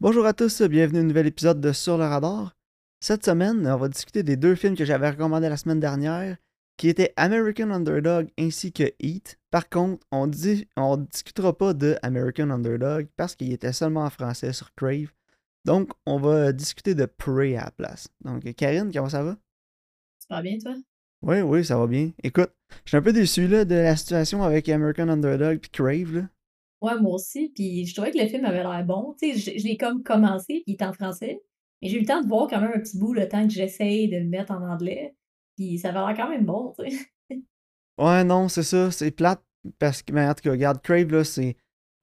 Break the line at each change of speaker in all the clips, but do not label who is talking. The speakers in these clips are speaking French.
Bonjour à tous, bienvenue à un nouvel épisode de Sur le radar. Cette semaine, on va discuter des deux films que j'avais recommandés la semaine dernière, qui étaient American Underdog ainsi que Heat. Par contre, on dit, on discutera pas de American Underdog parce qu'il était seulement en français sur Crave. Donc, on va discuter de Prey à la place. Donc, Karine, comment ça va?
Ça va bien, toi?
Oui, oui, ça va bien. Écoute, je suis un peu déçu là, de la situation avec American Underdog puis Crave. Là.
Ouais, moi aussi. Puis je trouvais que le film avait l'air bon. Tu sais, je, je l'ai comme commencé, puis il est en français. Mais j'ai eu le temps de voir quand même un petit bout le temps que j'essaye de le mettre en anglais. Puis ça avait l'air quand même bon, tu sais.
Ouais, non, c'est ça. C'est plate parce que, mais en tout cas, regarde, Crave, là, c'est.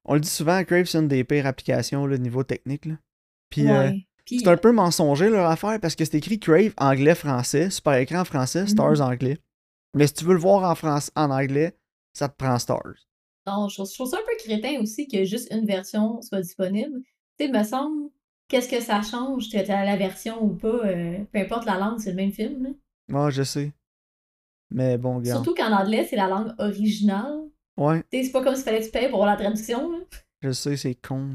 On le dit souvent, Crave, c'est une des pires applications, le niveau technique. Là. Puis
Ouais.
euh,
Puis,
c'est un peu mensonger leur affaire parce que c'est écrit Crave anglais-français, super écran
Mmh
français, Stars anglais. Mais si tu veux le voir en, France, en anglais, ça te prend Stars.
non, je trouve, je trouve ça un peu crétin aussi que juste une version soit disponible. Tu sais, me semble, qu'est-ce que ça change que t'as la version ou pas? euh, peu importe la langue, c'est le même film. là.
Moi, je sais. Mais bon, regarde.
Surtout qu'en anglais, c'est la langue originale.
Ouais,
Tu sais, c'est pas comme s'il fallait que tu payes pour la traduction. là.
je sais, c'est con.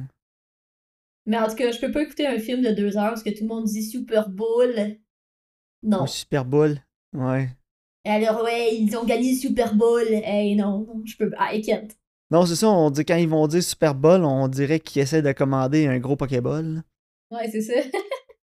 Mais en tout cas, je peux pas écouter un film de deux heures parce que tout le monde dit Super Bowl. Non.
Au Super Bowl. Ouais.
Et alors, ouais, ils ont gagné le Super Bowl. Hey, non, non, je peux pas. I can't.
Non, c'est ça, on dit quand ils vont dire Super Bowl, on dirait qu'ils essaient de commander un gros Pokéball.
Ouais, c'est ça.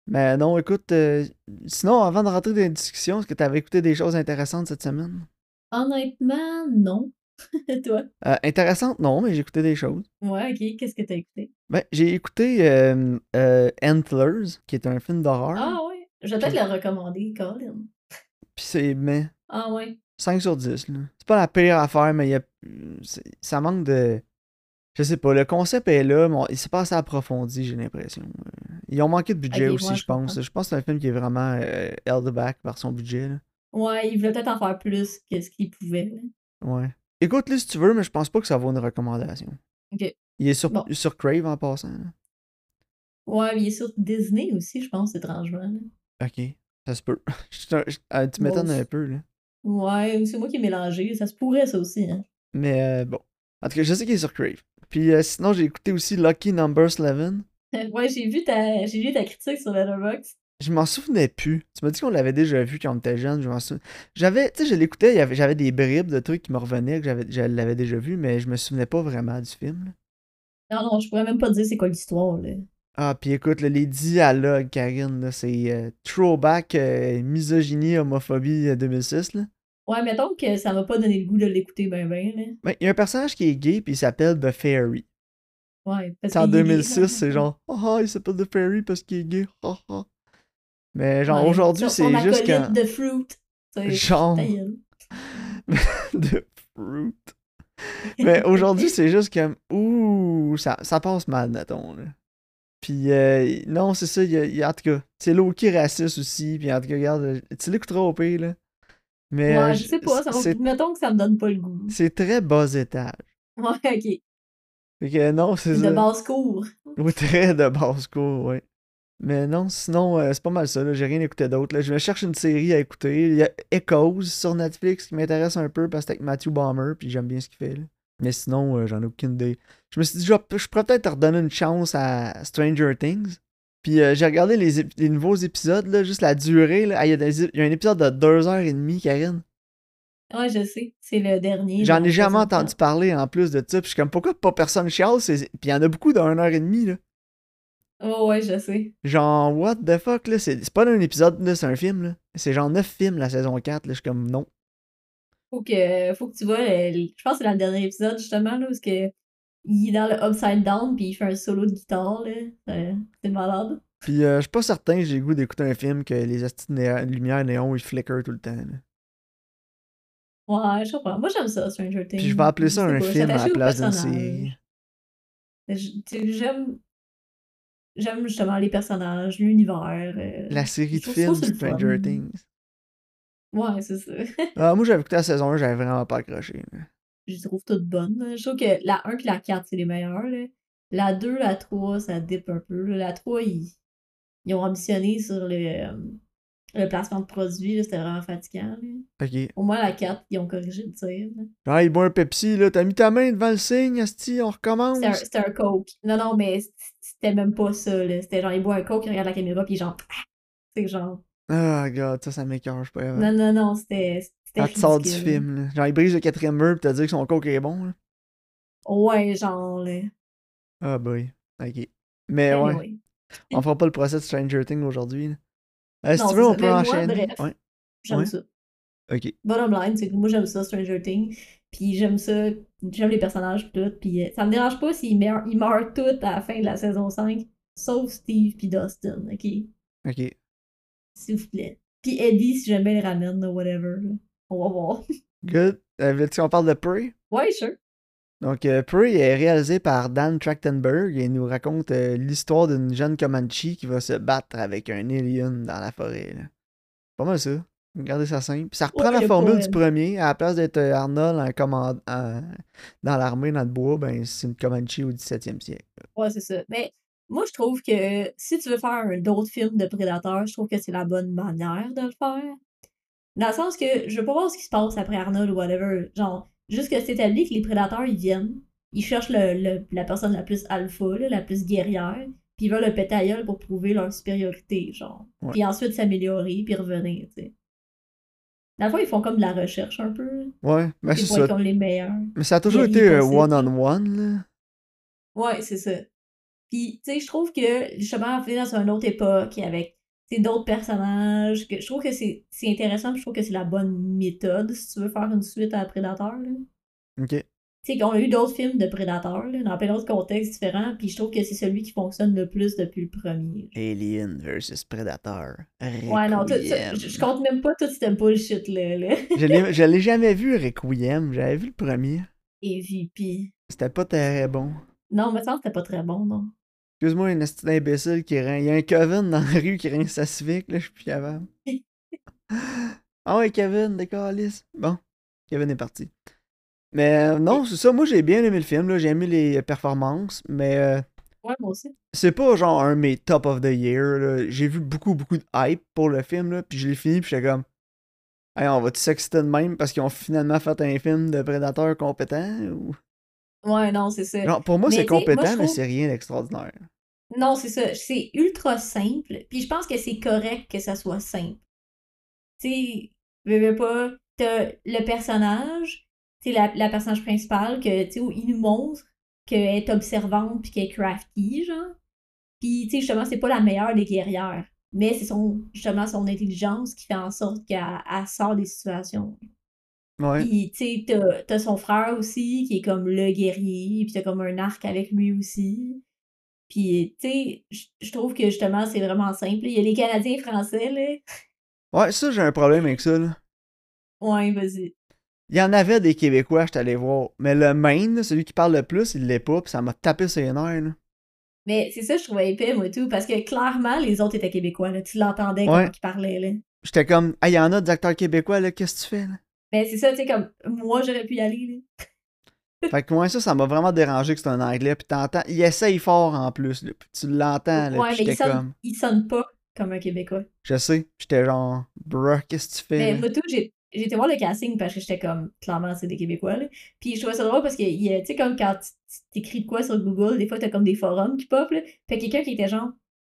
Mais non, écoute, euh, sinon, avant de rentrer dans les discussions, est-ce que tu avais écouté des choses intéressantes cette semaine?
Honnêtement, non. Toi?
Euh, intéressantes, non, mais j'ai écouté des choses.
Ouais, ok. Qu'est-ce que t'as écouté?
Ben, j'ai écouté euh, euh, Antlers, qui est un film d'horreur.
Ah, ouais. Je vais peut-être le recommander, Colin.
Puis c'est mais,
Ah, ouais.
5 sur 10. là. C'est pas la pire affaire, mais il y a, euh, c'est- ça manque de. Je sais pas, le concept est là, mais on- il s'est pas assez approfondi, j'ai l'impression. Euh, Ils ont manqué de budget
Ok,
aussi,
ouais,
je
je comprends.
pense. Je pense que c'est un film qui est vraiment euh, held back par son budget. là.
Ouais, il voulait peut-être en faire plus que ce qu'il pouvait. là.
Ouais. Écoute-le si tu veux, mais je pense pas que ça vaut une recommandation.
Ok.
Il est sur,
Bon.
sur Crave en passant. là.
Ouais, mais il est sur Disney aussi, je pense, étrangement. là.
Ok. Ça se peut. Je suis un- je- euh, tu m'étonnes
Bon.
un peu, là.
Ouais, c'est moi qui ai mélangé. Ça se pourrait, ça aussi. Hein.
Mais euh, bon. En tout cas, je sais qu'il est sur Crave. Puis euh, sinon, j'ai écouté aussi Lucky Number 11.
Ouais, j'ai vu ta, j'ai lu ta critique sur Letterboxd.
Je m'en souvenais plus. Tu m'as dit qu'on l'avait déjà vu quand on était jeune. Je m'en souviens. J'avais, tu sais, je l'écoutais, il y avait- j'avais des bribes de trucs qui me revenaient, que j'avais, je l'avais déjà vu, mais je me souvenais pas vraiment du film. là.
Non, non, je pourrais même pas te dire c'est quoi l'histoire, là.
Ah, puis écoute, là, les dialogues, Karine, là, c'est euh, throwback, euh, misogynie, homophobie euh, 2006. Là.
Ouais, mettons que ça m'a pas donné le goût de l'écouter ben ben, là.
Ben, il y a un personnage qui est gay, puis il s'appelle The Fairy.
Ouais, parce
C'est en
qu'il est gay,
2006,
là.
c'est genre, ah ah, il s'appelle The Fairy parce qu'il est gay. ah, ah. Mais genre,
Ouais,
aujourd'hui,
son- son
c'est juste
acolyte
quand.
de Fruit. C'est-
Genre.
ta gueule.
de fruit. Mais aujourd'hui, c'est juste comme ouh, ça, ça passe mal, mettons. Là. Puis euh, non, c'est ça, il y a- il y a- en tout cas, c'est Loki raciste aussi. Puis en tout cas, regarde, tu l'écouteras au pire, là. Mais euh,
Ouais, je sais pas, ça va-
c'est,
mettons que ça me donne pas le goût.
c'est très bas étage.
Ouais, ok.
Fait que non, c'est ça.
De basse cour.
Oui, très de basse cour, ouais. Mais non, sinon, euh, c'est pas mal ça, là. J'ai rien écouté d'autre. là. Je me cherche une série à écouter. Il y a Echoes sur Netflix qui m'intéresse un peu parce que c'est avec Matthew Bomber, puis j'aime bien ce qu'il fait, là. Mais sinon, euh, j'en ai aucune idée. Je me suis dit, je, vais- je pourrais peut-être redonner une chance à Stranger Things. Puis euh, j'ai regardé les, ép- les nouveaux épisodes, là, juste la durée. là. Ah, Il y, a des- il y a un épisode de 2h30, Karine.
Ouais, je sais. C'est le dernier.
J'en
donc,
ai jamais
ça,
entendu parler en plus de ça. Puis je suis comme, pourquoi pas personne chiale? c'est- Puis il y en a beaucoup dans 1h30, là.
Oh, ouais, je sais.
Genre, what the fuck, là? C'est c'est pas un épisode, là, c'est un film, là. C'est genre 9 films, la saison 4, là. Je suis comme, non.
Faut que, faut que tu vois, le- le- je pense que c'est dans le dernier épisode, justement, là, parce que il est dans le Upside Down, puis il fait un solo de guitare, là. Euh, C'est malade.
Puis, euh, je suis pas certain que j'ai le goût d'écouter un film que les astis de néa- lumière néon, ils flicker tout le temps, là.
Ouais, je comprends. Moi, j'aime ça, Stranger Things.
Puis, je vais appeler ça un
Je sais pas, je suis
film à la
attachée au
place d'une
personnage.
série.
Je- tu- J'aime. J'aime justement les personnages, l'univers. euh,
La série de
trouve ça,
films
c'est le
Stranger
fun.
Things.
Ouais, c'est ça.
Ah, moi, j'avais écouté la saison 1, j'avais vraiment pas accroché. là.
Je les trouve toutes bonnes. là. Je trouve que la 1 et la 4, c'est les meilleures. là. La 2, la 3, ça dip un peu. là. La 3, ils, ils ont ambitionné sur le, euh, le placement de produits. là. C'était vraiment fatigant. là.
Ok.
Au moins, la 4, ils ont corrigé le tir. là.
Genre, il boit un Pepsi, là. T'as mis ta main devant le signe, Asti, on
C'était un-
recommence.
C'était un Coke. Non, non, mais c- c- C'était même pas ça, là. C'était genre, il boit un coke, il regarde la caméra, puis genre, Ah! c'est genre,
Ah, god, ça, ça m'écœure, je suis pas capable.
non, non, non, c'était. c'était
Quand tu sors du
ridicule.
film, là. genre, il brise le quatrième mur pis t'as dit que son coke est bon, là.
Ouais, genre, là.
Ah, boy. Ok. Mais Eh ouais,
Anyway.
on fera pas le procès de Stranger Things aujourd'hui. là. Euh, si
Non,
tu veux,
c'est
on
ça.
peut
Mais moi,
enchaîner.
bref.
Ouais,
J'aime
Ouais.
ça.
ok.
Bottom line, c'est que moi, j'aime ça, Stranger Things. Puis j'aime ça, j'aime les personnages pis tout. Puis euh, ça me dérange pas s'ils meurent, ils meurent tous à la fin de la saison 5, sauf Steve puis Dustin, OK?
Ok.
S'il vous plaît. Puis Eddie, si jamais il ramène, ou whatever. là. On va voir.
Good. Euh, Veux-tu qu'on parle de Prey?
Ouais, sure.
Donc, euh, Prey est réalisé par Dan Trachtenberg et nous raconte euh, l'histoire d'une jeune Comanche qui va se battre avec un alien dans la forêt. là. Pas mal ça. Regardez ça simple. Puis ça reprend
Ouais,
la
le
formule du
poème.
premier. À la place d'être euh, Arnold en commande, en- dans l'armée, dans le bois, ben c'est une Comanche au 17e siècle.
Ouais, c'est ça. Mais moi, je trouve que si tu veux faire un autre film de Prédateur, je trouve que c'est la bonne manière de le faire. Dans le sens que je veux pas voir ce qui se passe après Arnold ou whatever. Genre, juste que c'est établi que les prédateurs, ils viennent, ils cherchent le, le- la personne la plus alpha, là, la plus guerrière, puis ils veulent le péter à gueule pour prouver leur supériorité, genre.
Ouais.
Puis ensuite s'améliorer, puis revenir, tu sais. Dans le fond, ils font comme de la recherche un peu, là,
Ouais, mais
puis
Ah, c'est
pour être
ça.
comme les meilleurs.
Mais ça a toujours
guerrier
été euh,
possible.
one-on-one, là.
Ouais, c'est ça. Puis, tu sais, je trouve que justement, on est dans une autre époque et avec tu sais, d'autres personnages. Que, je trouve que c'est c'est intéressant, puis je trouve que c'est la bonne méthode si tu veux faire une suite à Predator. là.
Ok.
Tu sais, qu'on a eu d'autres films de Predator, là, dans plein d'autres contextes différents, puis je trouve que c'est celui qui fonctionne le plus depuis le premier.
Alien versus Predator.
Ouais, non, tout- tout-
Requiem.
je je compte même pas tout ce bullshit-là. Là.
Je l'ai- je l'ai jamais vu, Requiem. J'avais vu le premier.
Et puis,
C'était pas très bon.
non, mais ça, c'était pas très bon, non.
Excuse-moi, un esti d'imbécile qui rend. Il y a un Kevin dans la rue qui rend sa civique, là, je suis plus capable. Ah ouais, Kevin, d'accord, Alice. Bon, Kevin est parti. Mais euh, non, c'est ça, moi j'ai bien aimé le film, là, j'ai aimé les performances, mais euh,
Ouais, moi aussi.
c'est pas genre un de mes top of the year. là. J'ai vu beaucoup, beaucoup de hype pour le film, là, puis je l'ai fini, puis j'étais comme. Hey, on va-tu s'exciter de même parce qu'ils ont finalement fait un film de prédateur compétent ou...
Ouais, non, c'est ça.
Genre, pour moi,
Euh, Mais
c'est
tu sais, moi, je
compétent, mais
trouve-
c'est rien d'extraordinaire.
Non, c'est ça. C'est ultra simple. Puis je pense que c'est correct que ça soit simple. Tu sais, veux, veux pas, t'as le personnage, tu sais, la, la personnage principale, que, tu sais, où il nous montre qu'elle est observante puis qu'elle est crafty, genre. Puis, tu sais, justement, c'est pas la meilleure des guerrières. Mais c'est son, justement, son intelligence qui fait en sorte qu'elle elle sort des situations.
Ouais.
Puis, tu sais, t'as- t'as son frère aussi, qui est comme le guerrier, puis t'as comme un arc avec lui aussi. Puis, tu sais, je je trouve que justement, c'est vraiment simple. Il y a les Canadiens et français, là.
Ouais, ça, j'ai un problème avec ça, là.
Ouais, vas-y.
Il y en avait des Québécois, je allé voir. Mais le Maine, là, celui qui parle le plus, il l'est pas, pis ça m'a tapé sur les nerfs. là.
Mais c'est ça, je trouvais épais, moi, tout, parce que clairement, les autres étaient québécois, là. Tu l'entendais
Ouais.
quand ils parlaient, là.
J'étais comme, ah, il y en a des acteurs québécois, là, qu'est-ce que tu fais, là?
Mais c'est ça, tu sais, comme, moi, j'aurais pu y aller, là.
Fait que moi, ça, ça m'a vraiment dérangé que c'est un anglais, pis t'entends, il essaye fort en plus, là, pis tu l'entends, Ah, là,
Ouais,
pis
mais il
j'étais
sonne-
comme,
Ils sonnent pas comme un québécois.
je sais, j'étais genre, bruh, qu'est-ce que tu fais,
Mais
là?
moi, Ben, tout, j'ai j'ai été voir le casting parce que j'étais comme, clairement, c'est des Québécois. Là. Puis je trouvais ça drôle parce que, il y a- tu sais, comme quand tu tu t'écris de quoi sur Google, des fois, t'as comme des forums qui pop. Là. Fait que quelqu'un qui était genre,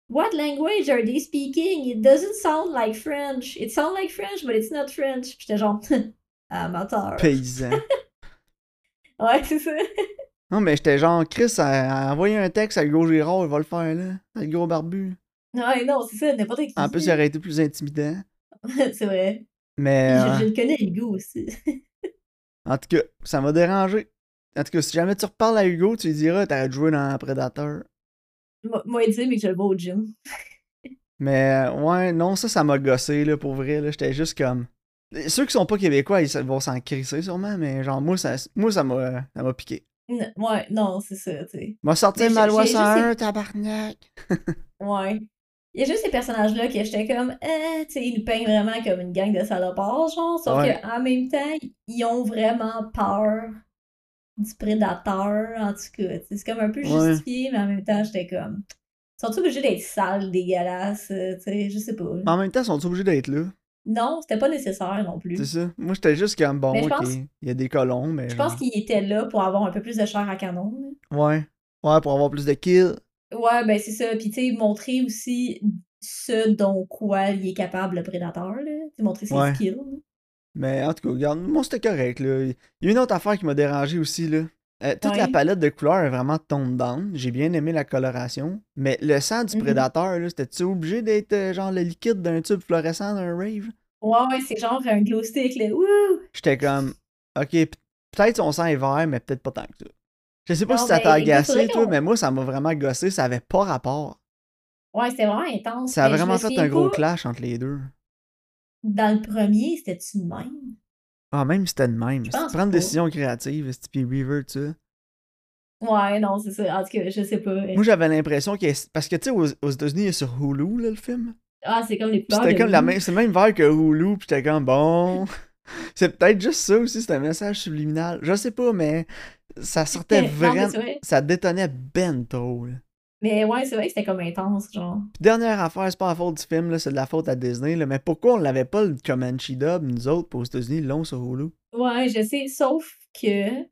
What language are they speaking? It doesn't sound like French. It sounds like French, but it's not French. Puis j'étais genre, amateur.
Paysan.
Ouais, c'est ça.
non, mais j'étais genre, Chris, a, envoyé un texte à Hugo Girard, il va le faire, là, le gros barbu.
Ouais, non, c'est ça, n'importe qui.
En plus, il aurait été plus intimidant.
c'est vrai.
Mais. euh,
Je, je le connais, le goût aussi.
En tout cas, ça m'a dérangé. En tout cas, si jamais tu reparles à Hugo, tu lui diras t'arrêtes de jouer dans Predator.
Moi, moi, il dit, mais que je le vois au gym.
Mais euh, ouais, non, ça, ça m'a gossé, là, pour vrai. là. J'étais juste comme. Ceux qui sont pas québécois, ils se- vont s'en crisser sûrement, mais genre, moi, ça moi, ça m'a ça m'a piqué.
N- Ouais, non, c'est ça, tu sais.
M'a sorti
Mais
ma
j'ai-
loi
j'ai juste
101, tabarnak.
Ouais. Il y a juste ces personnages-là que j'étais comme, eh, tu sais, ils nous peignent vraiment comme une gang de salopards, genre, sauf
Ouais.
qu'en même temps, ils ont vraiment peur du prédateur, en tout cas. tu sais, C'est comme un peu
Ouais.
justifié, mais en même temps, j'étais comme, ils sont obligés d'être sales, dégueulasses, euh, tu sais, je sais pas.
En même temps, ils sont obligés d'être là.
Non, c'était pas nécessaire non
C'est
plus.
ça. Moi, j'étais juste comme, bon,
Mais je
ok,
pense-
il y a des colons, mais.
Je pense
genre,
qu'ils étaient là pour avoir un peu plus de chair à canon. là.
Ouais. Ouais, pour avoir plus de kills.
Ouais, ben c'est ça. Puis, tu sais, montrer aussi ce dont quoi il est capable, le prédateur, là. Tu sais, montrer ses
Ouais.
skills. là.
Mais en tout cas, regarde, moi c'était correct. Là. Il y a une autre affaire qui m'a dérangé aussi. Là. Euh, toute la
Ouais.
palette de couleurs est vraiment tombe down. J'ai bien aimé la coloration. Mais le sang du
Mhm.
prédateur, là, c'était-tu obligé d'être euh, genre le liquide d'un tube fluorescent d'un rave?
Ouais, ouais, c'est genre un glow stick, là. Wouh!
J'étais comme, ok, p- peut-être son sang est vert, mais peut-être pas tant que ça. Je sais pas
Non,
si ça
ben,
t'a
écoute, faudrait
agacé, toi,
qu'on-
mais moi ça m'a vraiment gossé. Ça avait pas rapport.
Ouais, c'était vraiment intense.
Ça a
mais je
vraiment
me
fait
souviens
un gros
pas,
clash entre les deux.
Dans le premier, c'était-tu de même?
Ah, même si c'était de même.
Je
Si
pense
tu prends une
pas.
décision créative, si tu Weaver, tu sais.
Ouais, non, c'est ça. En tout cas, je sais pas. euh.
Moi, j'avais l'impression que. Parce que, tu sais, aux, aux États-Unis, il est sur Hulu, là, le film.
Ah, c'est comme les
Puis
couleurs
c'était
de
comme la
Hulu.
même. C'est le même verre que Hulu, puis j'étais comme bon. c'est peut-être juste ça aussi, c'est un message subliminal. Je sais pas, mais ça sortait
Non, mais
vraiment.
c'est vrai.
Ça détonnait ben trop, là.
Mais ouais, c'est vrai que c'était comme intense, genre.
Puis dernière affaire, c'est pas la faute du film, là, c'est de la faute à Disney, là. Mais pourquoi on l'avait pas le Comanche Dub, nous autres, pour aux États-Unis, ils l'ont sur Hulu?
Ouais, je sais, sauf que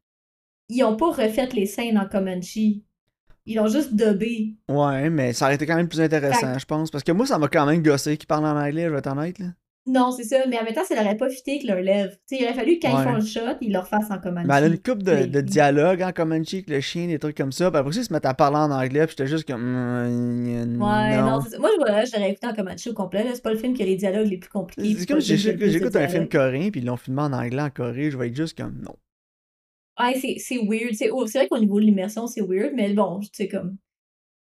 ils ont pas refait les scènes en Comanche. Ils l'ont juste dubé.
Ouais, mais ça aurait été quand même plus intéressant,
Fait
je pense. Parce que moi, ça m'a quand même gossé qu'ils parlent en anglais, je vais être honnête, là.
Non, c'est ça, mais en même temps, ça n'aurait pas fité avec leurs lèvres. Tu sais, il aurait fallu que quand ils
Ouais.
font le shot, ils le refassent en Comanche.
Mais Ben, elle a une coupe de,
Mais-
de dialogue en Comanche avec le chien, des trucs comme ça. Puis après ça, ils se mettent à parler en anglais. Puis j'étais juste comme. mm,
Ouais, non,
non.
c'est ça. Moi, je l'aurais je l'aurais écouté en Comanche au complet. là. C'est pas le film qui a les dialogues les plus compliqués.
C'est
pas
comme
le
si
film qui a
j'écoute
le plus
j'écoute
de
un film
dialogues.
coréen. Puis ils l'ont filmé en anglais en Corée. Je vais être juste comme non.
Ouais, c'est c'est weird. C'est oh, c'est vrai qu'au niveau de l'immersion, c'est weird, mais bon, tu sais, comme.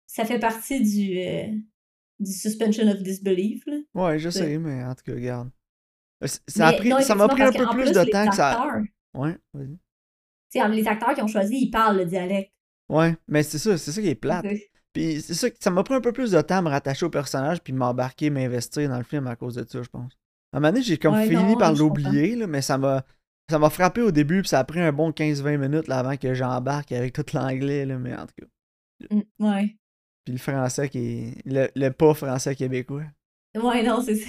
Ça fait partie du, euh, du suspension of disbelief, là.
Ouais, je sais,
Ouais.
mais en tout cas, regarde. Euh, c- Ça a
Mais
pris-
non,
ça m'a
effectivement,
pris un
parce
peu
qu'en
plus de
les
temps que ça.
acteurs,
Ouais, vas-y.
tu sais, les acteurs qui ont choisi, ils parlent le dialecte.
Ouais, mais c'est ça, c'est ça qui est plate. Puis c'est ça, que- ça m'a pris un peu plus de temps à me rattacher au personnage. Puis m'embarquer, m'investir dans le film à cause de ça, je pense. À un moment donné, j'ai comme
Ouais,
fini
non,
par
je comprends.
l'oublier, là, mais ça m'a. Ça m'a frappé au début, puis ça a pris un bon 15-20 minutes là, avant que j'embarque avec tout l'anglais, là, mais en tout cas.
Mm, Ouais.
Puis le français qui est. Le, le pas français québécois.
Ouais, non, c'est ça.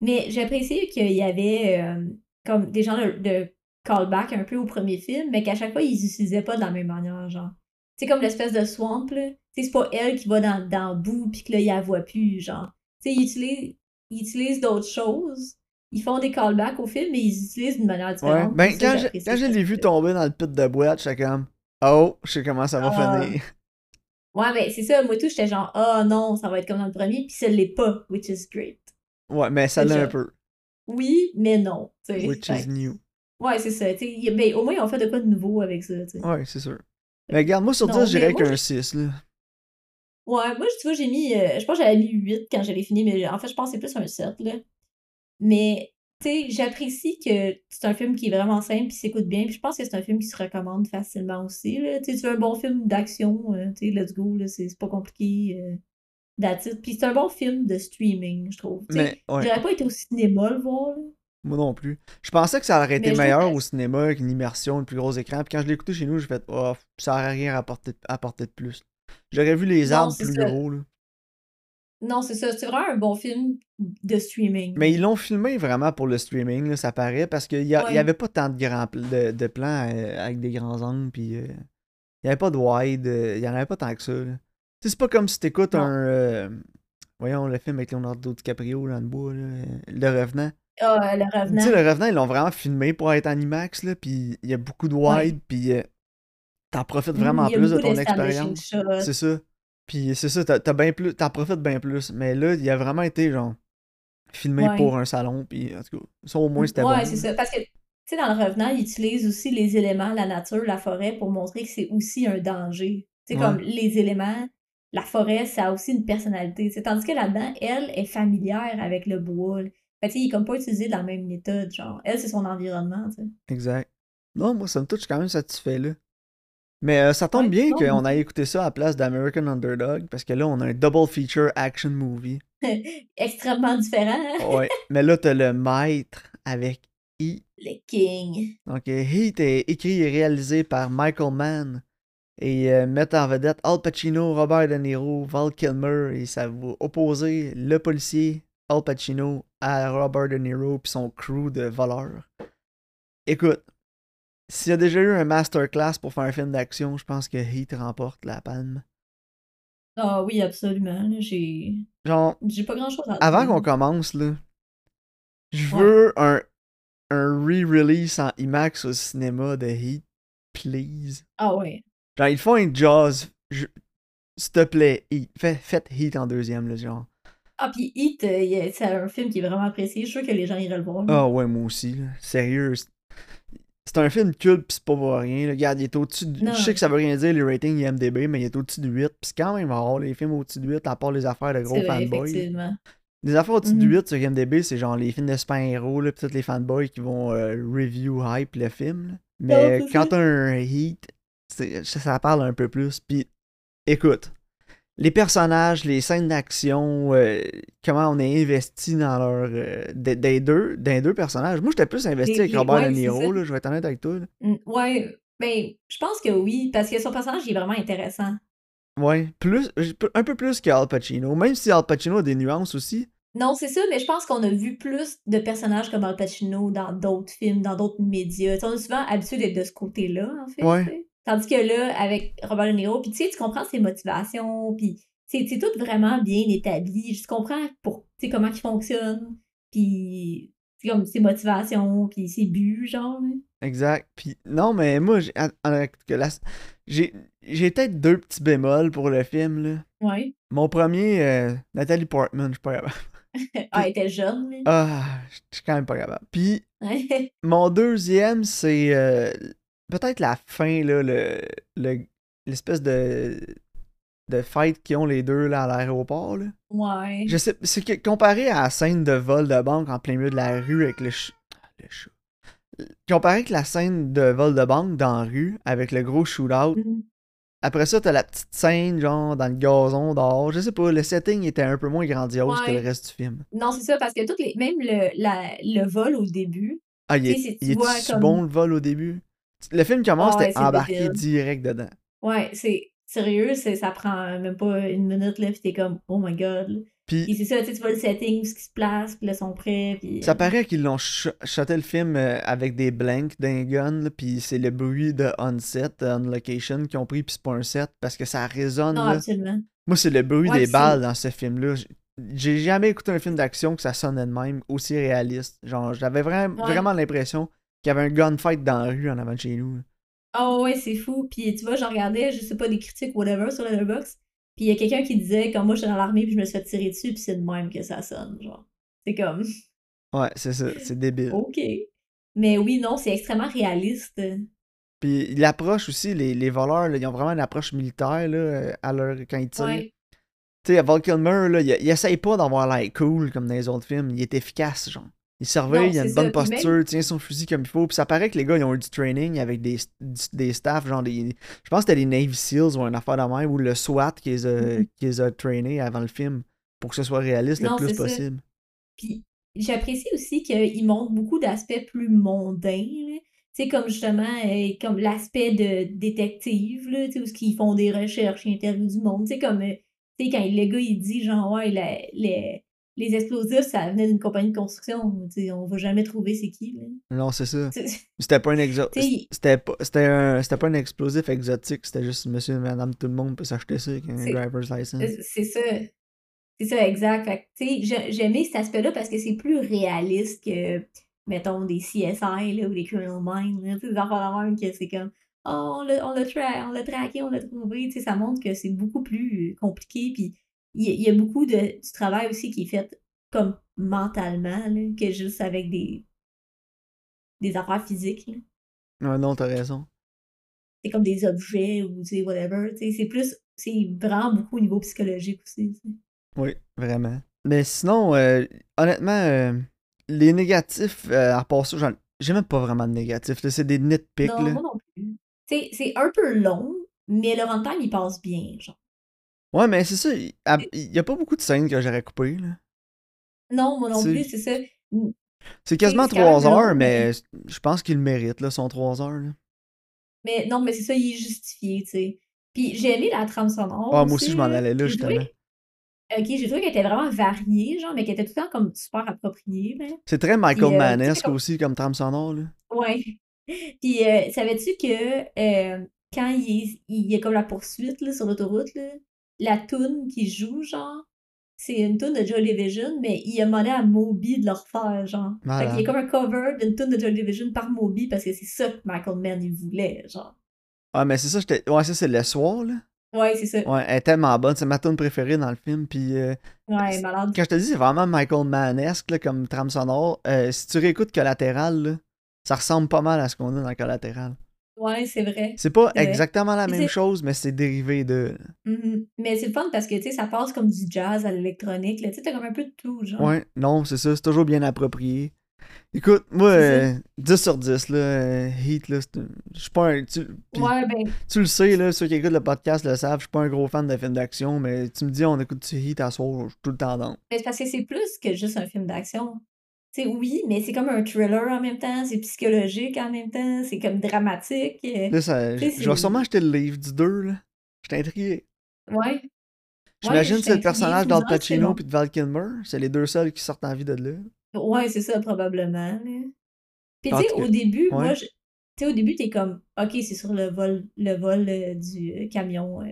Mais j'appréciais qu'il y avait euh, comme des gens de, de callback un peu au premier film, mais qu'à chaque fois, ils utilisaient pas de la même manière, genre. Tu sais, comme l'espèce de swamp, là. Tu sais, c'est pas elle qui va dans, dans le bout, puis que là, il la voit plus, genre. Tu sais, ils utilisent, ils utilisent d'autres choses. Ils font des callbacks au film, mais ils utilisent d'une manière
Ouais.
différente.
Ben,
Ça,
quand je,
j'apprécie
quand je
ça.
l'ai vu tomber dans le pit de boîte, j'étais comme. Oh, je sais comment ça va
Ah.
finir.
Ouais, mais c'est ça, moi tout, j'étais genre, ah non, ça va être comme dans le premier, puis ça l'est pas, which is great.
Ouais, mais ça l'a
Déjà.
un peu.
Oui, mais non, tu sais.
Which
Fait
is new.
que- Ouais, c'est ça, tu sais. y a- ben, au moins, ils ont fait de quoi de nouveau avec ça, tu sais.
Ouais, c'est sûr. Mais regarde, moi sur
Non,
10,
mais
j'irais
moi,
qu'un 6, là.
Ouais, moi, tu vois, j'ai mis, euh, je pense que j'avais mis 8 quand j'avais fini, mais en fait, je pense que c'est plus un 7, là. Mais, tu sais, j'apprécie que c'est un film qui est vraiment simple, puis s'écoute bien, puis je pense que c'est un film qui se recommande facilement aussi, là. Tu sais, tu veux un bon film d'action, euh, tu sais, let's go, là, c'est c'est pas compliqué, euh, that's it. Puis c'est un bon film de streaming, je trouve. Tu sais,
Mais, ouais,
J'aurais pas été au cinéma le voir. là.
moi non plus. Je pensais que ça aurait été
Mais je trouve
meilleur
que-
au cinéma, avec une immersion, le plus gros écran. Puis quand je l'ai écouté chez nous, j'ai fait, oh, ça aurait rien apporté, apporté de plus. J'aurais vu les
Non,
arbres
c'est
plus
ça.
gros, là.
Non, c'est ça. C'est vraiment un bon film de streaming.
Mais ils l'ont filmé vraiment pour le streaming, là, ça paraît, parce qu'il n'y
Ouais.
avait pas tant de, grands, pl- de, de plans euh, avec des grands angles, puis euh, il n'y avait pas de wide, euh, il n'y en avait pas tant que ça. là. Tu sais, C'est pas comme si t'écoutes
Non.
un. euh, voyons, le film avec Leonardo DiCaprio dans le bois, là, euh, Le Revenant.
Ah, le
Tu
revenant.
sais, Le Revenant, ils l'ont vraiment filmé pour être en IMAX, là, puis il y a beaucoup de wide, puis euh, t'en profites vraiment
Mm, Il y a
plus de
beaucoup
ton
d'establishing
expérience.
shots.
C'est ça. Puis c'est ça, t'as, t'as bien plus, t'en profites bien plus. Mais là, il a vraiment été genre filmé
Ouais.
pour un salon. Puis en tout cas, ça au moins c'était
ouais,
bon.
c'est ça. Parce que, tu sais, dans le revenant, ils utilisent aussi les éléments, la nature, la forêt, pour montrer que c'est aussi un danger. Tu sais,
Ouais.
comme les éléments, la forêt, ça a aussi une personnalité. tu sais. Tandis que là-dedans, elle est familière avec le bois. là. Fait que, tu sais, il est comme pas utilisé de la même méthode. Genre, elle, c'est son environnement, tu sais.
Exact. Non, moi, ça me touche quand même satisfait là. Mais euh, ça tombe
Ouais,
bien
non,
qu'on
mais-
aille écouté ça à la place d'American Underdog parce que là, on a un double feature action movie.
Extrêmement différent, hein?
Ouais. Mais là, t'as le maître avec I.
Le King.
Donc, euh, Heat est écrit et réalisé par Michael Mann et euh, met en vedette Al Pacino, Robert De Niro, Val Kilmer et ça va opposer le policier Al Pacino à Robert De Niro puis son crew de voleurs. Écoute, s'il y a déjà eu un masterclass pour faire un film d'action, je pense que Heat remporte la palme.
Ah oui, absolument. là, J'ai
Genre,
j'ai pas grand chose à dire.
avant qu'on commence, là, je veux un, un re-release en IMAX au cinéma de Heat, please.
Ah ouais.
Genre, ils font un Jaws. je- S'il te plaît, Heat. Fais- faites Heat en deuxième, là, genre.
Ah, puis It, euh, y a- c'est un film qui est vraiment apprécié. Je suis sûre que les gens iraient le voir.
Ah ouais, moi aussi. là. Sérieux. c'est- C'est un film culte, pis c'est pas pour rien. là. Regarde, il est au-dessus de...
Non.
Je sais que ça veut rien dire, les ratings IMDB, mais il est au-dessus de 8. Pis c'est quand même rare, les films au-dessus de 8, à part les affaires de
C'est
gros
vrai,
fanboys.
effectivement.
Les affaires au-dessus de
Mhm.
8 sur IMDB, c'est genre les films de super-héros, là, pis tous les fanboys qui vont euh, review, hype le film. là. Mais
Non, c'est
quand
ça.
t'as un hit, c'est- ça, ça parle un peu plus. Puis écoute, les personnages, les scènes d'action, euh, comment on est investi dans leur. euh, des, des deux, des deux personnages. Moi, j'étais plus investi
Les-
avec
les-
Robert
ouais,
De
c'est
Niro,
ça.
là, je vais être honnête avec toi. là.
Mm, Ouais, ben, je pense que oui, parce que son personnage il est vraiment intéressant.
Ouais, plus, un peu plus qu'Al Pacino. Même si Al Pacino a des nuances aussi.
Non, c'est ça, mais je pense qu'on a vu plus de personnages comme Al Pacino dans d'autres films, dans d'autres médias. Tu sais, on est souvent habitué d'être de ce côté-là, en fait.
Ouais.
tu sais. Tandis que là, avec Robert De Niro, puis tu sais, tu comprends ses motivations, puis c'est c'est tout vraiment bien établi. Je comprends pour, tu sais, comment il fonctionne, puis c'est comme ses motivations, puis ses buts, genre. là.
Exact. Puis non, mais moi, j'ai- en- en- que la- j'ai j'ai peut-être deux petits bémols pour le film. Là.
Ouais.
Mon premier, euh, Nathalie Portman, je suis pas capable.
Ah, elle était jeune, là.
Ah, je suis quand même pas capable. Puis
Ouais.
mon deuxième, c'est euh, peut-être la fin, là, le le- l'espèce de de fight qu'ils ont les deux là, à l'aéroport. là.
Ouais.
Je sais, c'est que comparé à la scène de vol de banque en plein milieu de la rue avec le ch- le chat. Comparé avec la scène de vol de banque dans la rue avec le gros shootout,
Mhm.
Après ça, t'as la petite scène, genre, dans le gazon, dehors. Je sais pas, le setting était un peu moins grandiose que
Ouais.
le reste du film.
Non, c'est ça, parce que toutes les, même le, la, le vol au début,
Ah, il
tu sais,
est,
si tu
il est
vois
si
comme.
bon le vol au début. Le film commence,
Ah ouais,
t'es
c'est
embarqué
débile.
direct dedans.
Ouais, c'est sérieux, c'est, ça prend même pas une minute, là, pis t'es comme, oh my god. là. Puis
Puis,
c'est ça, tu sais, tu vois le setting, où ce qui se place, puis là, ils sont prêts, puis.
ça
euh,
paraît qu'ils l'ont sh- shoté le film euh, avec des blanks d'un gun, là, puis c'est le bruit de on-set, euh, on-location qu'ils ont pris, puis c'est pas un set, parce que ça résonne,
Non,
là.
absolument.
Moi, c'est le bruit
Ah, Ouais,
des
puis
balles dans ce film-là. J- J'ai jamais écouté un film d'action que ça sonnait de même, aussi réaliste. Genre, j'avais vraiment,
Ouais.
vraiment l'impression qu'il y avait un gunfight dans la rue en avant de chez nous. là.
Oh ouais, c'est fou. Puis tu vois, j'en regardais, je sais pas, des critiques, whatever, sur Letterboxd, puis il y a quelqu'un qui disait, comme moi, j'étais dans l'armée, puis je me suis fait tirer dessus, puis c'est de même que ça sonne, genre. C'est comme.
Ouais, c'est ça, c'est débile.
OK. Mais oui, non, c'est extrêmement réaliste.
Puis l'approche aussi, les, les voleurs, là, ils ont vraiment une approche militaire là, euh, à leur, quand ils tirent.
Ouais.
Tu sais, Val Kilmer, là, il, il essaye pas d'avoir l'air cool comme dans les autres films. Il est efficace, genre. Il surveille,
Non,
il a
c'est
une bonne
ça, puis
posture, tient son fusil comme il faut. Puis ça paraît que les gars, ils ont eu du training avec des, du- des staffs, genre des. Je pense que c'était les Navy SEALs ou un affaire de même, ou le SWAT qui les, a,
Mhm.
qui les a trainés avant le film pour que ce soit réaliste
Non,
le plus
c'est ça.
possible.
Puis j'apprécie aussi qu'il montre beaucoup d'aspects plus mondains. là. Tu sais, comme justement, euh, comme l'aspect de détective, là, tu sais, où ils font des recherches, ils interviewent du monde. Tu sais, comme, euh, tu sais, quand le gars, il dit, genre, ouais, la- les, les explosifs, ça venait d'une compagnie de construction. Tu sais, on va jamais trouver c'est qui, là.
Non, c'est ça.
Tu sais,
C'était pas un exo-
tu sais,
C'était pas, c'était un- c'était pas un explosif exotique, c'était juste monsieur et madame tout le monde peut s'acheter ça avec un
C'est-
driver's license.
Euh, C'est ça. C'est ça, exact. Fait que, tu sais, j'ai- j'aimais cet aspect-là parce que c'est plus réaliste que, mettons, des CSI là, ou des Criminal Minds. là, tu sais, Des enfants de même que c'est comme, oh, on l'a on l'a tra- on l'a traqué, on l'a trouvé. Tu sais, ça montre que c'est beaucoup plus euh, compliqué. Puis il y, a- il y a beaucoup de, du travail aussi qui est fait comme mentalement là, que juste avec des, des affaires physiques. là.
Ouais, non, t'as raison.
C'est comme des objets ou, tu sais, whatever. Tu sais, c'est plus, c'est vraiment beaucoup au niveau psychologique aussi. tu sais.
Oui, vraiment. Mais sinon, euh, honnêtement, euh, les négatifs, euh, à part ça, j'en- j'ai même pas vraiment de négatifs. là, C'est des nitpicks.
Non,
Là.
moi non plus. C'est, c'est un peu long, mais le runtime, il passe bien, genre.
Ouais, mais c'est ça. Il à- il y a pas beaucoup de scènes que j'aurais coupées. là.
Non, moi non
C'est-
plus, c'est ça.
C'est quasiment
c'est quand
3
même long,
heures, mais je pense qu'ils le méritent, là, son 3 heures. là.
Mais non, mais c'est ça, il est justifié, tu sais. Puis j'ai aimé la trame sonore.
Ah, moi aussi, je m'en
là.
allais là,
J'ai trouvé-
justement.
Ok, j'ai trouvé qu'elle était vraiment variée, genre, mais qu'elle était tout le temps comme super appropriée, ben. mais.
C'est très Michael
Puis, euh, tu sais,
Manesque
comme-
aussi, comme trame sonore. Là.
Ouais. Puis euh, savais-tu que euh, quand il, est- il y a comme la poursuite là, sur l'autoroute, là, la toune qui joue, genre, c'est une toune de Joy Division, mais il a demandé à Moby de le refaire, genre.
Malade.
Fait qu'il y a comme un cover d'une toune de Joy Division par Moby parce que c'est ça que Michael Mann, il voulait, genre.
Ah, mais c'est ça, j'étais- ouais, ça c'est le soir, là.
Ouais, c'est ça.
Ouais, elle est tellement bonne, c'est ma tune préférée dans le film. Puis euh,
Ouais, malade.
quand je te dis, c'est vraiment Michael Mann-esque là, comme trame sonore. Euh, si tu réécoutes Collatéral, là, ça ressemble pas mal à ce qu'on a dans Collatéral.
Ouais, c'est vrai.
C'est pas
C'est vrai.
exactement la
Mais
même
c'est-
chose, mais c'est dérivé de.
Mhm. Mais c'est le fun parce que, tu sais, ça passe comme du jazz à l'électronique, là. Tu sais, t'as comme un peu de tout, genre.
Ouais, non, c'est ça, c'est toujours bien approprié. Écoute, moi,
C'est
euh, 10 sur 10, là, euh, Heat, là, c'est un- je suis pas un. Tu, puis
Ouais, ben,
tu le sais, là, ceux qui écoutent le podcast le savent, je suis pas un gros fan de films d'action, mais tu me dis, on écoute du Heat à soir, je suis tout le temps dans.
Mais c'est parce que c'est plus que juste un film d'action. C'est oui, mais c'est comme un thriller en même temps, c'est psychologique en même temps, c'est comme dramatique. euh,
Là, ça,
Tu sais,
je je vais
c'est-
sûrement acheter le livre du 2, là. Je suis intrigué.
Ouais.
J'imagine
je
que
suis
c'est le
intriguée,
personnage
tu me
d'Al
diras si c'est
Pacino
bon.
puis de Val Kilmer. C'est les deux seuls qui sortent en vie de là.
Ouais, c'est ça, probablement. là. Puis
En
tu sais,
tout cas,
au début,
ouais.
moi, je... tu sais, au début, t'es comme, OK, c'est sur le vol, le vol euh, du euh, camion euh,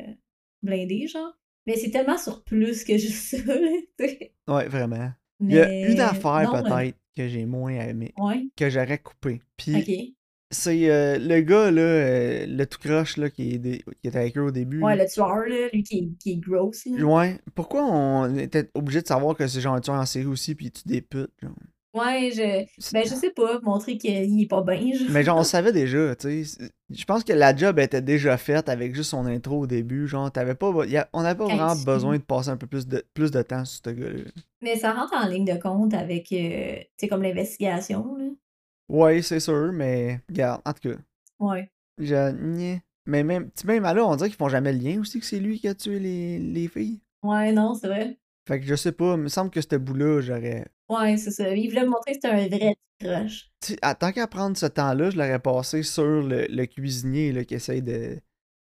blindé, genre. Mais c'est tellement sur plus que juste ça, là, tu sais.
Ouais, vraiment. Il y a
Mais
une affaire
non, euh,
peut-être que j'ai moins aimé,
ouais,
que j'aurais coupé. Puis
OK.
c'est euh, le gars là, euh, le tout croche là qui est, dé- qui était avec eux au début.
Ouais,
là.
le tueur, là, lui qui est, qui est gross, là.
Ouais. Pourquoi on était obligé de savoir que c'est genre un tueur en série aussi puis tu des putes. genre?
Ouais, je...
C'est-
Ben, je sais pas, montrer qu'il est pas bien, genre.
Mais genre, on le savait déjà, tu sais. C'est- Je pense que la job était déjà faite avec juste son intro au début. Genre, t'avais pas. y a- on n'avait pas
Hey,
vraiment
tu-
besoin de passer un peu plus de, plus de temps sur ce gars-là.
Mais ça rentre en ligne de compte avec, euh, tu sais, comme l'investigation, là.
Ouais, c'est sûr, mais regarde, en tout cas,
Ouais.
je niais. Mais même, tu sais, même là, on dirait qu'ils font jamais le lien aussi que c'est lui qui a tué les, les filles.
Ouais, non, c'est vrai.
Fait que je sais pas, il me semble que ce bout-là, j'aurais.
Ouais, c'est ça. Il voulait montrer que c'était un vrai crush.
Tu sais, à- tant qu'à prendre ce temps-là, je l'aurais passé sur le, le cuisinier là, qui essaye de,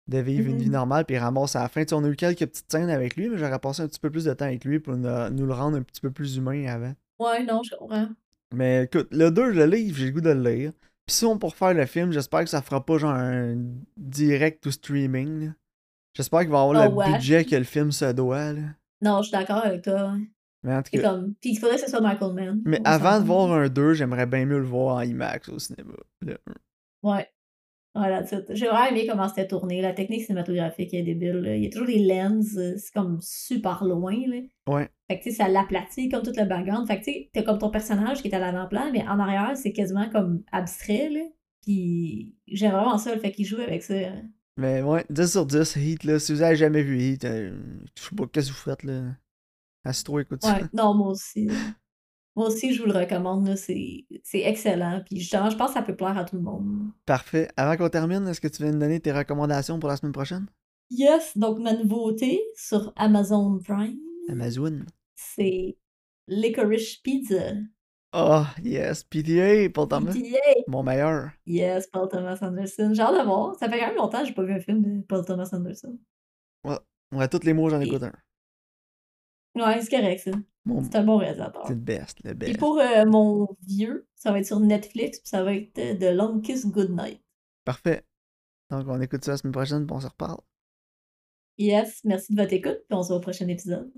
de vivre une vie
Mhm.
normale puis il ramasse à la fin. Tu sais, on a eu quelques petites scènes avec lui, mais j'aurais passé un petit peu plus de temps avec lui pour nous, nous le rendre un petit peu plus humain avant.
Ouais, non, je comprends.
Mais écoute, le 2, le livre, j'ai le goût de le lire. Puis si on pour faire le film, j'espère que ça fera pas genre un direct ou streaming. là. J'espère qu'il va avoir
Ah
le
ouais.
budget que le film se doit. là.
Non, je suis d'accord avec toi. ouais.
Mais en tout
C'est
cas.
comme... Puis il faudrait que ce soit Michael Mann.
Mais
on
avant de
s'entend.
voir un 2, j'aimerais bien mieux le voir en IMAX au cinéma. le un.
Ouais. Voilà, c'est- j'ai vraiment aimé comment c'était tourné. La technique cinématographique est débile. là. Il y a toujours des lenses, euh, c'est comme super loin. Là.
Ouais.
Fait que tu sais, ça l'aplatit comme tout le background. Fait que tu sais, t'as comme ton personnage qui est à l'avant-plan, mais en arrière, c'est quasiment comme abstrait. Là. Puis j'aime vraiment ça, le fait qu'il joue avec ça. hein.
Mais ouais, 10 sur 10, Heat, là. Si vous avez jamais vu Heat, euh, je sais pas, qu'est-ce que vous faites, là? Astro, écoute ça.
Ouais, non, moi aussi. là. Moi aussi, je vous le recommande. là. C'est c'est excellent. Puis justement, je pense que ça peut plaire à tout le monde.
Parfait. Avant qu'on termine, est-ce que tu viens de donner tes recommandations pour la semaine prochaine?
Yes, donc ma nouveauté sur Amazon Prime,
Amazon.
c'est Licorice Pizza.
Oh, yes. PTA pour Thomas.
PTA.
Mon meilleur.
Yes, Paul Thomas Anderson. J'ai hâte de voir. Ça fait quand même longtemps que j'ai pas vu un film de Paul Thomas Anderson.
Ouais, tous les mois, j'en
Et-
écoute un.
Ouais, c'est correct, ça.
Mon...
C'est un bon réalisateur.
Oh. C'est le best, le
Puis
best.
pour euh, mon vieux, ça va être sur Netflix, puis ça va être euh, The Long Kiss Goodnight.
Parfait. Donc, on écoute ça la semaine prochaine, puis on se reparle.
Yes, merci de votre écoute, puis on se voit au prochain épisode.